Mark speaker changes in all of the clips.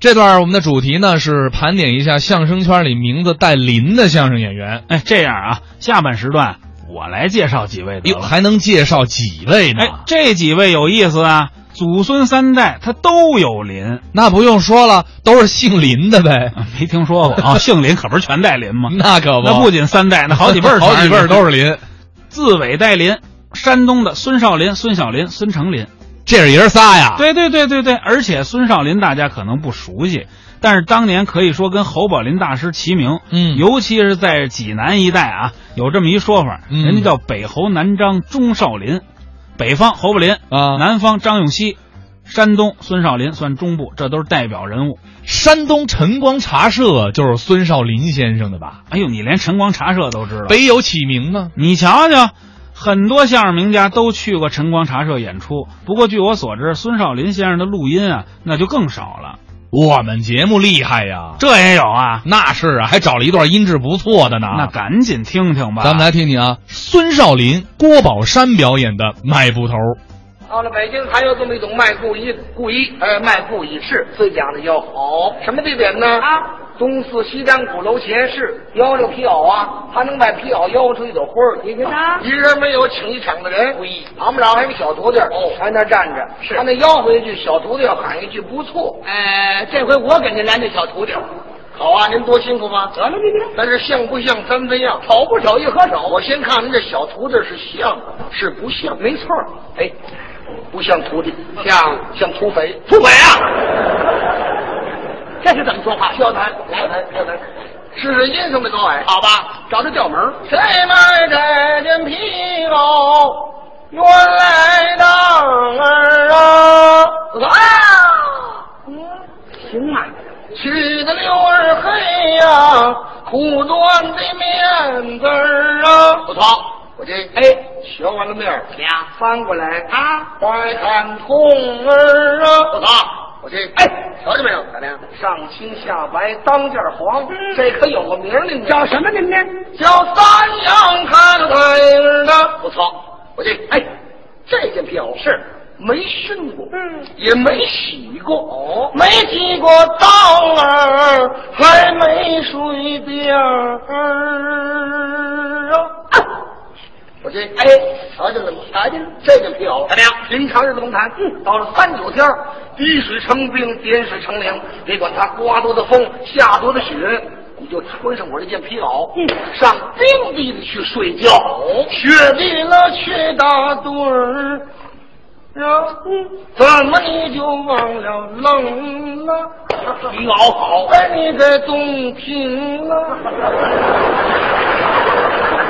Speaker 1: 这段我们的主题呢是盘点一下相声圈里名字带“林”的相声演员，
Speaker 2: 哎，这样啊，下半时段我来介绍几位得
Speaker 1: 哟，
Speaker 2: 了。
Speaker 1: 还能介绍几位呢？
Speaker 2: 哎，这几位有意思啊，祖孙三代他都有林，
Speaker 1: 那不用说了，都是姓林的呗。
Speaker 2: 啊没听说过 啊？姓林可不是全带林吗？
Speaker 1: 那可不，
Speaker 2: 那不仅三代，那好 几辈儿，
Speaker 1: 好几辈儿都
Speaker 2: 是
Speaker 1: 是林。
Speaker 2: 自伟带林。山东的孙少林、孙小林、孙成林，
Speaker 1: 这是爷儿仨呀。
Speaker 2: 对对对对对，而且孙少林大家可能不熟悉，但是当年可以说跟侯宝林大师齐名，
Speaker 1: 嗯
Speaker 2: 尤其是在济南一带啊，有这么一说法，
Speaker 1: 嗯
Speaker 2: 人家叫北侯南张钟少林，北方侯宝林，
Speaker 1: 啊，
Speaker 2: 南方张永熙，山东孙少林算中部，这都是代表人物。
Speaker 1: 山东晨光茶社就是孙少林先生的吧？
Speaker 2: 哎呦，你连晨光茶社都知道，
Speaker 1: 北有起名啊呢。
Speaker 2: 你瞧瞧，很多相声名家都去过晨光茶社演出。不过据我所知，孙少林先生的录音啊，那就更少了。
Speaker 1: 我们节目厉害呀，
Speaker 2: 这也有啊，
Speaker 1: 那是啊，还找了一段音质不错的呢。
Speaker 2: 那赶紧听听吧。
Speaker 1: 啊咱们来听听啊，孙少林、郭宝山表演的《卖布头》。
Speaker 3: 到了北京，还有这么一种卖布衣，布衣，呃，卖布衣市最讲的要好。什么地点呢？啊，东四西单鼓楼前市，吆喝皮袄啊，他能把皮袄吆喝出一朵花儿。你看
Speaker 4: 啊
Speaker 3: 一人没有，请一场的人。布衣，旁边还有一个小徒弟，哦，在那儿站着，是他那吆喝一句，小徒弟要喊一句不错。哎，这回我给您来那小徒弟。好啊，您多辛苦吗？得了，您但是像不像三分样，丑不丑一合手。我先看您这小徒弟是像是不像，没错儿。哎，不像徒弟，像像土匪，土匪啊！ 这是怎么说话？萧谈，萧谈，萧谈。试试音上的高矮，好吧？找这调门谁买这件皮袄？原来当儿啊！啊！行啊，娶的六儿黑呀、苦端的面子儿啊。不错，我这哎学完了面儿，俩翻过来啊，怀看痛儿啊。不错，我这哎瞧见没有？怎么样？上青下白，当件黄，这可有个名儿呢。叫什么名呢？叫三阳开儿的。不错，我这哎。这件表是没熏过，嗯，也没洗过，哦，没洗过刀儿，还没水边儿啊。我这哎，瞧见了吗？瞧见了，这就漂亮。怎么样？平常日子甭谈，嗯到了三九天儿，滴水成冰，点水成凉。别管它刮多大风，下多大雪，你就穿上我这件皮袄，上冰地里去睡觉，雪地了去打盹儿。啊，怎么你就忘了冷了？皮袄好，哎，你给冻平 了。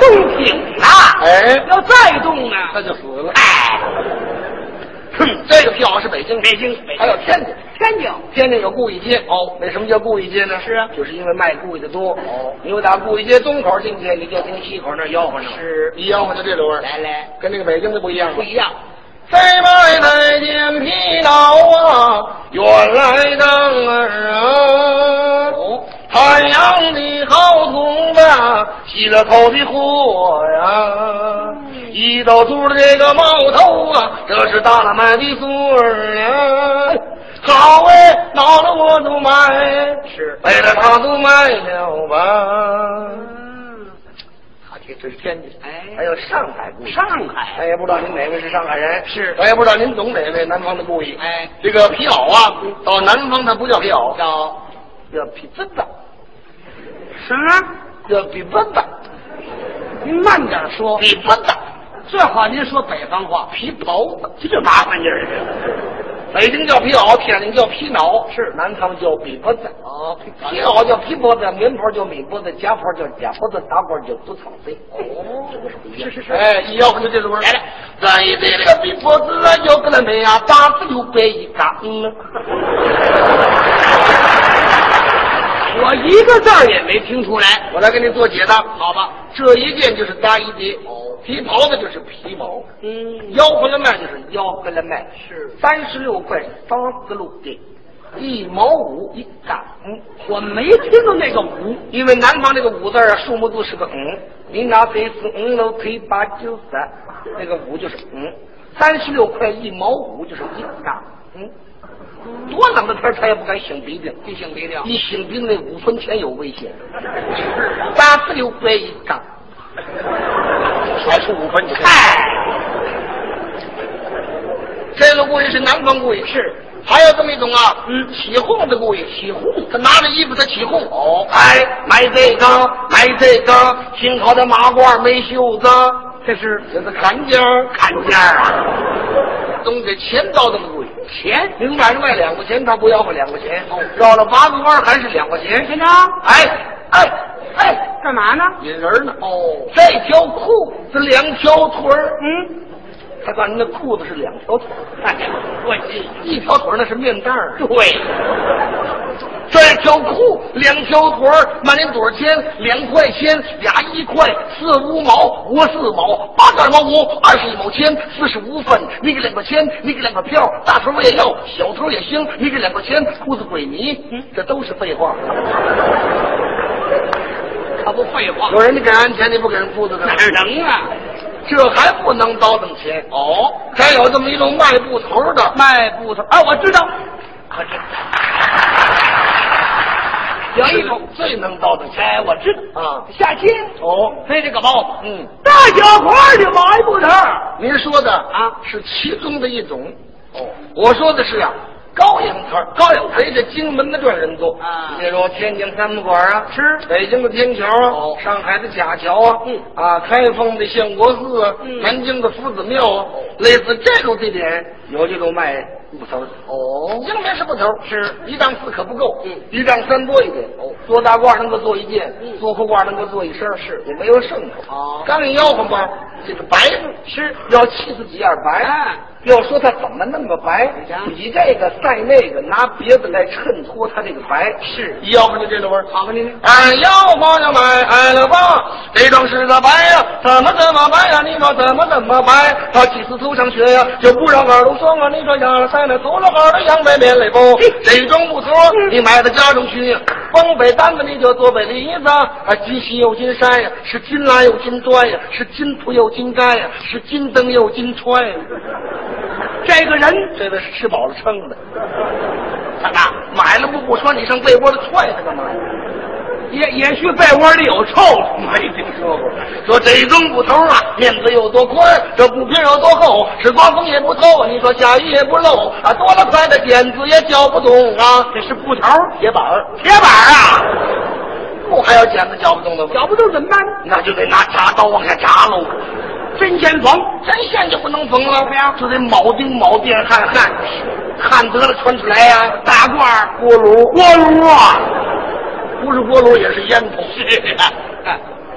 Speaker 3: 冻顶了。哎，要再冻呢，那就死了。哎，哼，这个票是北京，北京，还有天津。天津，天津有故意街哦。为什么叫故意街呢？是啊，就是因为卖故意的多哦。你又打故意街东口进去，你就听西口那儿吆喝呢。是，一吆喝就这轮儿。来来，跟那个北京的不一样，不一样。谁买那件皮袄啊？原来当儿啊！太阳的好同伴，洗了头的火呀、一道珠的这个帽头啊，这是大大买的孙儿呀、好哎，恼了我都买，是为了他都买了吧。好听，这是天津，嗯哎，还有上海故意，上海，哎，也不知道您哪位是上海人，是，我也不知道您懂哪位南方的故意，哎，这个皮袄啊，到南方它不叫皮袄，叫叫皮子子，什么？叫皮子子，您慢点说，皮子子，最好您说北方话，皮袍子，这就麻烦劲儿北京叫皮袄，天津叫皮袄，是南方叫皮脖子。哦，皮袄叫皮脖子，棉袍叫棉脖子，夹袍叫夹脖子，打褂叫竹草子。哦，这不是不一样。是是是。哎，一要不就这种味儿。来来，咱一对这个皮脖子啊，有个那没啊，八字就背一嘎。嗯。我一个字儿也没听出来。我来给你做解答，好吧？这一件就是搭一叠，哦皮袍子就是皮毛，嗯，吆喝了卖就是吆喝了卖，是三十六块八十六的。一毛五一杠，嗯，我没听到那个五，因为南方这个五字儿啊，数目字是个嗯，您拿这是嗯楼推八九三，那个五就是嗯，三十六块一毛五就是一杠，嗯，多冷的天儿他也不敢擤鼻涕，
Speaker 4: 你擤鼻涕啊，
Speaker 3: 一擤鼻涕那五分钱有危险，八次六块一张，
Speaker 4: 还出五分钱。
Speaker 3: 嗨，哎这个故意是南方故意，
Speaker 4: 是，
Speaker 3: 还有这么一种啊，嗯，起哄的故意，起哄，他拿着衣服他起哄，哦，哎，买这个，买这个，新烤的麻褂没袖子，这是这是坎肩儿，坎肩儿啊，东西钱倒这么贵。钱，明摆着卖两块钱，他不要回两块钱。哦，绕了八个弯儿还是两块钱。
Speaker 4: 先生，
Speaker 3: 哎哎哎，
Speaker 4: 干嘛呢？
Speaker 3: 引人呢。哦，这条裤子两条腿儿，
Speaker 4: 嗯，
Speaker 3: 他咱那裤子是两条腿儿，
Speaker 4: 哎呀，我去，
Speaker 3: 一条腿儿那是面袋儿。
Speaker 4: 对，
Speaker 3: 这条裤两条腿儿，满脸多少钱？两块钱，俩一块，四五毛，五四毛，八点毛五，二十一毛钱，四十五分。你给两块钱，你给两个票，大头儿我也要，小头儿也行，你给两块钱，裤子归你。嗯，这都是废话。
Speaker 4: 他不废话，
Speaker 3: 有人你给人钱，你不给人裤子干嘛
Speaker 4: 哪？儿能啊？
Speaker 3: 这还不能倒腾钱哦。咱有这么一种卖布头的，
Speaker 4: 卖布头啊，我知道，有一种，
Speaker 3: 最能倒腾钱
Speaker 4: 哎，我知道，
Speaker 3: 啊。
Speaker 4: 夏天
Speaker 3: 哦，
Speaker 4: 背着个包，
Speaker 3: 嗯，
Speaker 4: 大小伙儿的买布头，
Speaker 3: 您说的
Speaker 4: 啊
Speaker 3: 是其中的一种。哦，我说的是啊，高影摊儿高影陪着荆门的这人多
Speaker 4: 啊
Speaker 3: 比如天津三不管啊，
Speaker 4: 是
Speaker 3: 北京的天桥啊，
Speaker 4: 哦
Speaker 3: 上海的贾桥啊，
Speaker 4: 嗯
Speaker 3: 啊，开封的相国寺啊，
Speaker 4: 嗯哦
Speaker 3: 南京的夫子庙啊，类似这种地点有这种卖布头的。哦，英明是布头，是一丈四可不够，
Speaker 4: 嗯
Speaker 3: 一丈三多一点。哦，做大褂能够做一件，做裤褂能够做一身，是也没有剩的。
Speaker 4: 哦
Speaker 3: 刚一吆喝吧，这个白布是要气自己眼白。
Speaker 4: 哎
Speaker 3: 要说他怎么那么白
Speaker 4: 你瞧，
Speaker 3: 比这个赛那个，拿别的来衬托他这个白。
Speaker 4: 是
Speaker 3: 吆喝就这个味儿。
Speaker 4: 好吧您
Speaker 3: 俺哎要包要买，俺了吧，这种是个白呀、怎么怎么白呀、你说怎么怎么白？他几次头上学呀、就不让耳朵酸啊！你说养了菜呢，头了耳朵羊白面里不？这种木头你买到家中去，风北单子你就做北梨子，啊，金西又金山呀，是金蓝又金砖呀，是金土又金盖呀，是金灯又金川呀。
Speaker 4: 这个人
Speaker 3: 这个是吃饱了撑的。大大买了不不穿，你上被窝里踹他干嘛呀？
Speaker 4: 也也许被窝里有臭虫
Speaker 3: 没听说过。说这中骨头啊，面子有多宽，这骨皮有多厚，是刮风也不透，啊你说下雨也不漏啊，多了快的剪子也搅不动啊。这是布头铁板儿
Speaker 4: 铁板啊，
Speaker 3: 布还有剪子搅不动的吗？
Speaker 4: 咬不动怎么办？
Speaker 3: 那就得拿铡刀往下铡喽。
Speaker 4: 针线缝，
Speaker 3: 针线就不能缝了，就得铆钉、铆钉、焊焊，焊得了穿出来呀、大褂儿、锅炉、锅炉啊，不是锅炉也是烟筒。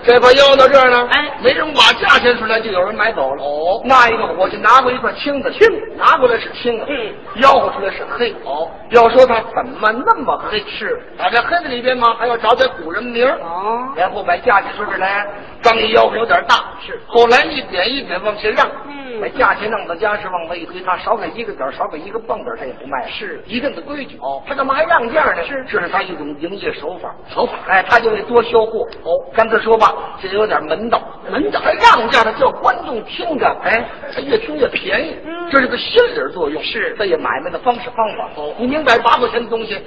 Speaker 3: 这把腰到这儿呢，
Speaker 4: 哎
Speaker 3: 没人把价钱出来，就有人买走了。哦，那一个伙计拿过一块青的，青拿过来是青的，
Speaker 4: 嗯，
Speaker 3: 吆喝出来是黑。哦，要说他怎么那么黑，是打这黑的里边嘛，还要找点古人名儿
Speaker 4: 哦
Speaker 3: 然后把价钱说出来，刚一吆喝有点大，是。后来一点一点往前让，
Speaker 4: 嗯
Speaker 3: 把价钱让到家是往外一推，他少给一个点儿，少给一个蹦点儿，他也不卖了。是一定的规矩。哦，他干嘛还让价呢？是，这是他一种营业手法。手法，哎，他就得多销货。哦，干脆说吧，这有点门道。门道，他让价，他叫观众听着，哎，他越听越便宜。
Speaker 4: 嗯
Speaker 3: 这是个心理作用。是，这也买卖的方式方法。哦，你明白八块钱的东西。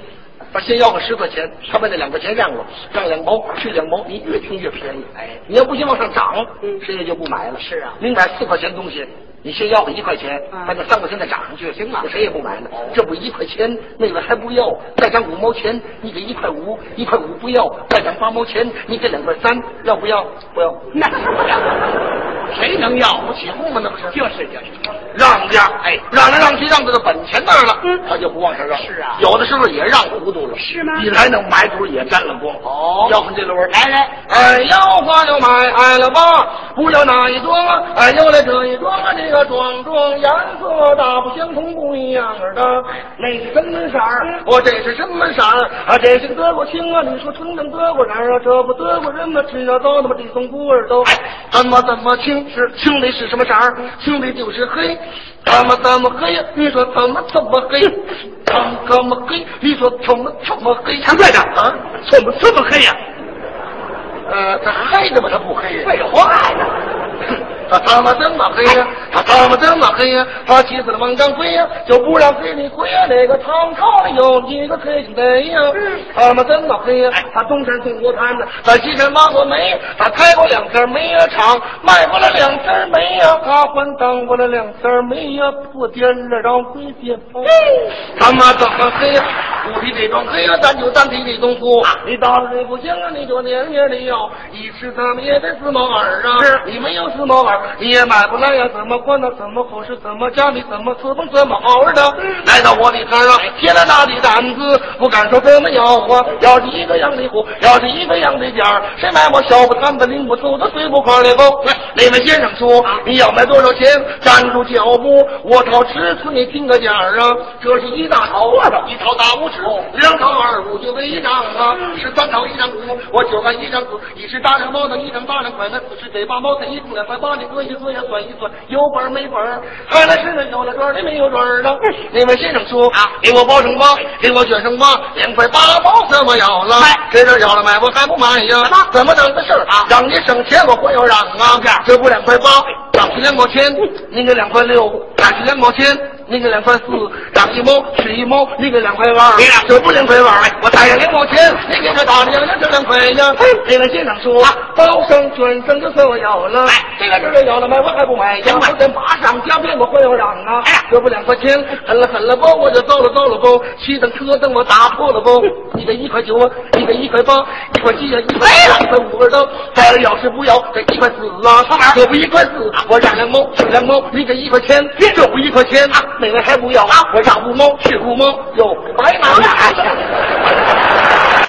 Speaker 3: 他先要个十块钱，他把那两块钱让了，让两毛是两毛，你越听越便宜。哎，你要不行往上涨，
Speaker 4: 嗯
Speaker 3: 谁也就不买了。
Speaker 4: 是啊
Speaker 3: 您买四块钱东西，你先要个一块钱，
Speaker 4: 嗯哦
Speaker 3: 把那三块钱再涨上去，行啊，谁也不买了。这不一块钱，那个还不要，再涨五毛钱，你给一块五，一块五不要，再涨八毛钱，你给两块三，要不要？不要，
Speaker 4: 那是不了，谁能要？
Speaker 3: 不起哄吗？那不是
Speaker 4: 就是就是，
Speaker 3: 让家，哎，让来让去，让到他本钱那儿了，
Speaker 4: 嗯
Speaker 3: 他就不往上让。
Speaker 4: 是啊
Speaker 3: 有的时候也让糊涂了，
Speaker 4: 是吗
Speaker 3: 一来那买主也沾了光。
Speaker 4: 哦
Speaker 3: 吆喝这轮儿
Speaker 4: 来来，
Speaker 3: 哎，要花就买，爱了吧，不要那一桩，哎，要了这一桩，这个庄庄颜色大不相同，不一样儿的。那是什么色儿？我这是什么色儿？啊，这是个德国青啊，你说纯正德国人啊，这不德国人吗？吃着糟他妈地松孤儿都。哎，怎么怎么青是青的是什么色儿？青的就是黑，怎么怎么黑？你说怎么怎么黑？怎么怎么黑？你说怎么怎么黑？常队长啊，怎么这么黑呀、呃，他黑的吧？他不黑。
Speaker 4: 废话呀，
Speaker 3: 哼 他他妈这么黑呀，他他妈这么黑呀，他气死了孟掌柜呀，就不让给你跪呀。那个唐朝的有几个黑心贼呀？他妈这么黑呀，他东山送国摊子，他西山挖过煤，他开过两家煤窑厂，卖过了两家煤呀，他还当过了两家煤呀，破颠了让归解放。他妈怎么黑呀？不提这桩黑呀，咱就单提这东粗。你打了这不行啊，你就年年的要，一吃他们也得四毛二啊。是你没有四毛二，你也买不来呀、怎么关呢？怎么好吃？怎么家里怎么吃不怎么熬着呢？来到我的摊儿啊，贴了大的胆子，不敢说怎么要啊。要是一个样的货，要是一个样的价儿，谁买我小不摊子，拎不走的碎不块的包。那位先生说，你要买多少钱？站住脚步，我朝尺寸你听个价儿啊。这是一大头啊，一头大五尺，两头二五就为一丈啊，是三头一丈五，我九干一丈五，一是大两毛的，一丈八两拐那四十给八毛的，一两块八的，搁一搁呀算一算，有本儿没本儿，看来是那有了准儿的没有准儿的。那位先生说啊，给我包成包，给我卷成包，两块八毛怎么要了？这阵要了买我还不买呀？怎么整的事儿啊？让你省钱嗯我还要让啊，这不两块八，涨去两毛钱，您给两块六，涨去两毛钱，您给两块四，涨一毛是一毛，您给两块二，你俩这不两块二，我打上两毛钱，您给这打两两这两块呀。那位先生说，包上卷上就算我要了，这个这个要了买我还不买呀？我得马上加鞭我还要嚷啊！这不两块钱，狠了狠了包，我就糟了糟了包，骑上车等我打破了包，一个一块九啊，一个一块八，一块七啊，一块八一块五二刀，还了要是不要这一块四啊，这不一块四，我让两毛是两毛，你给一块钱，这不一块钱，哪位还不要啊？我让五毛是五毛，哟，白拿了。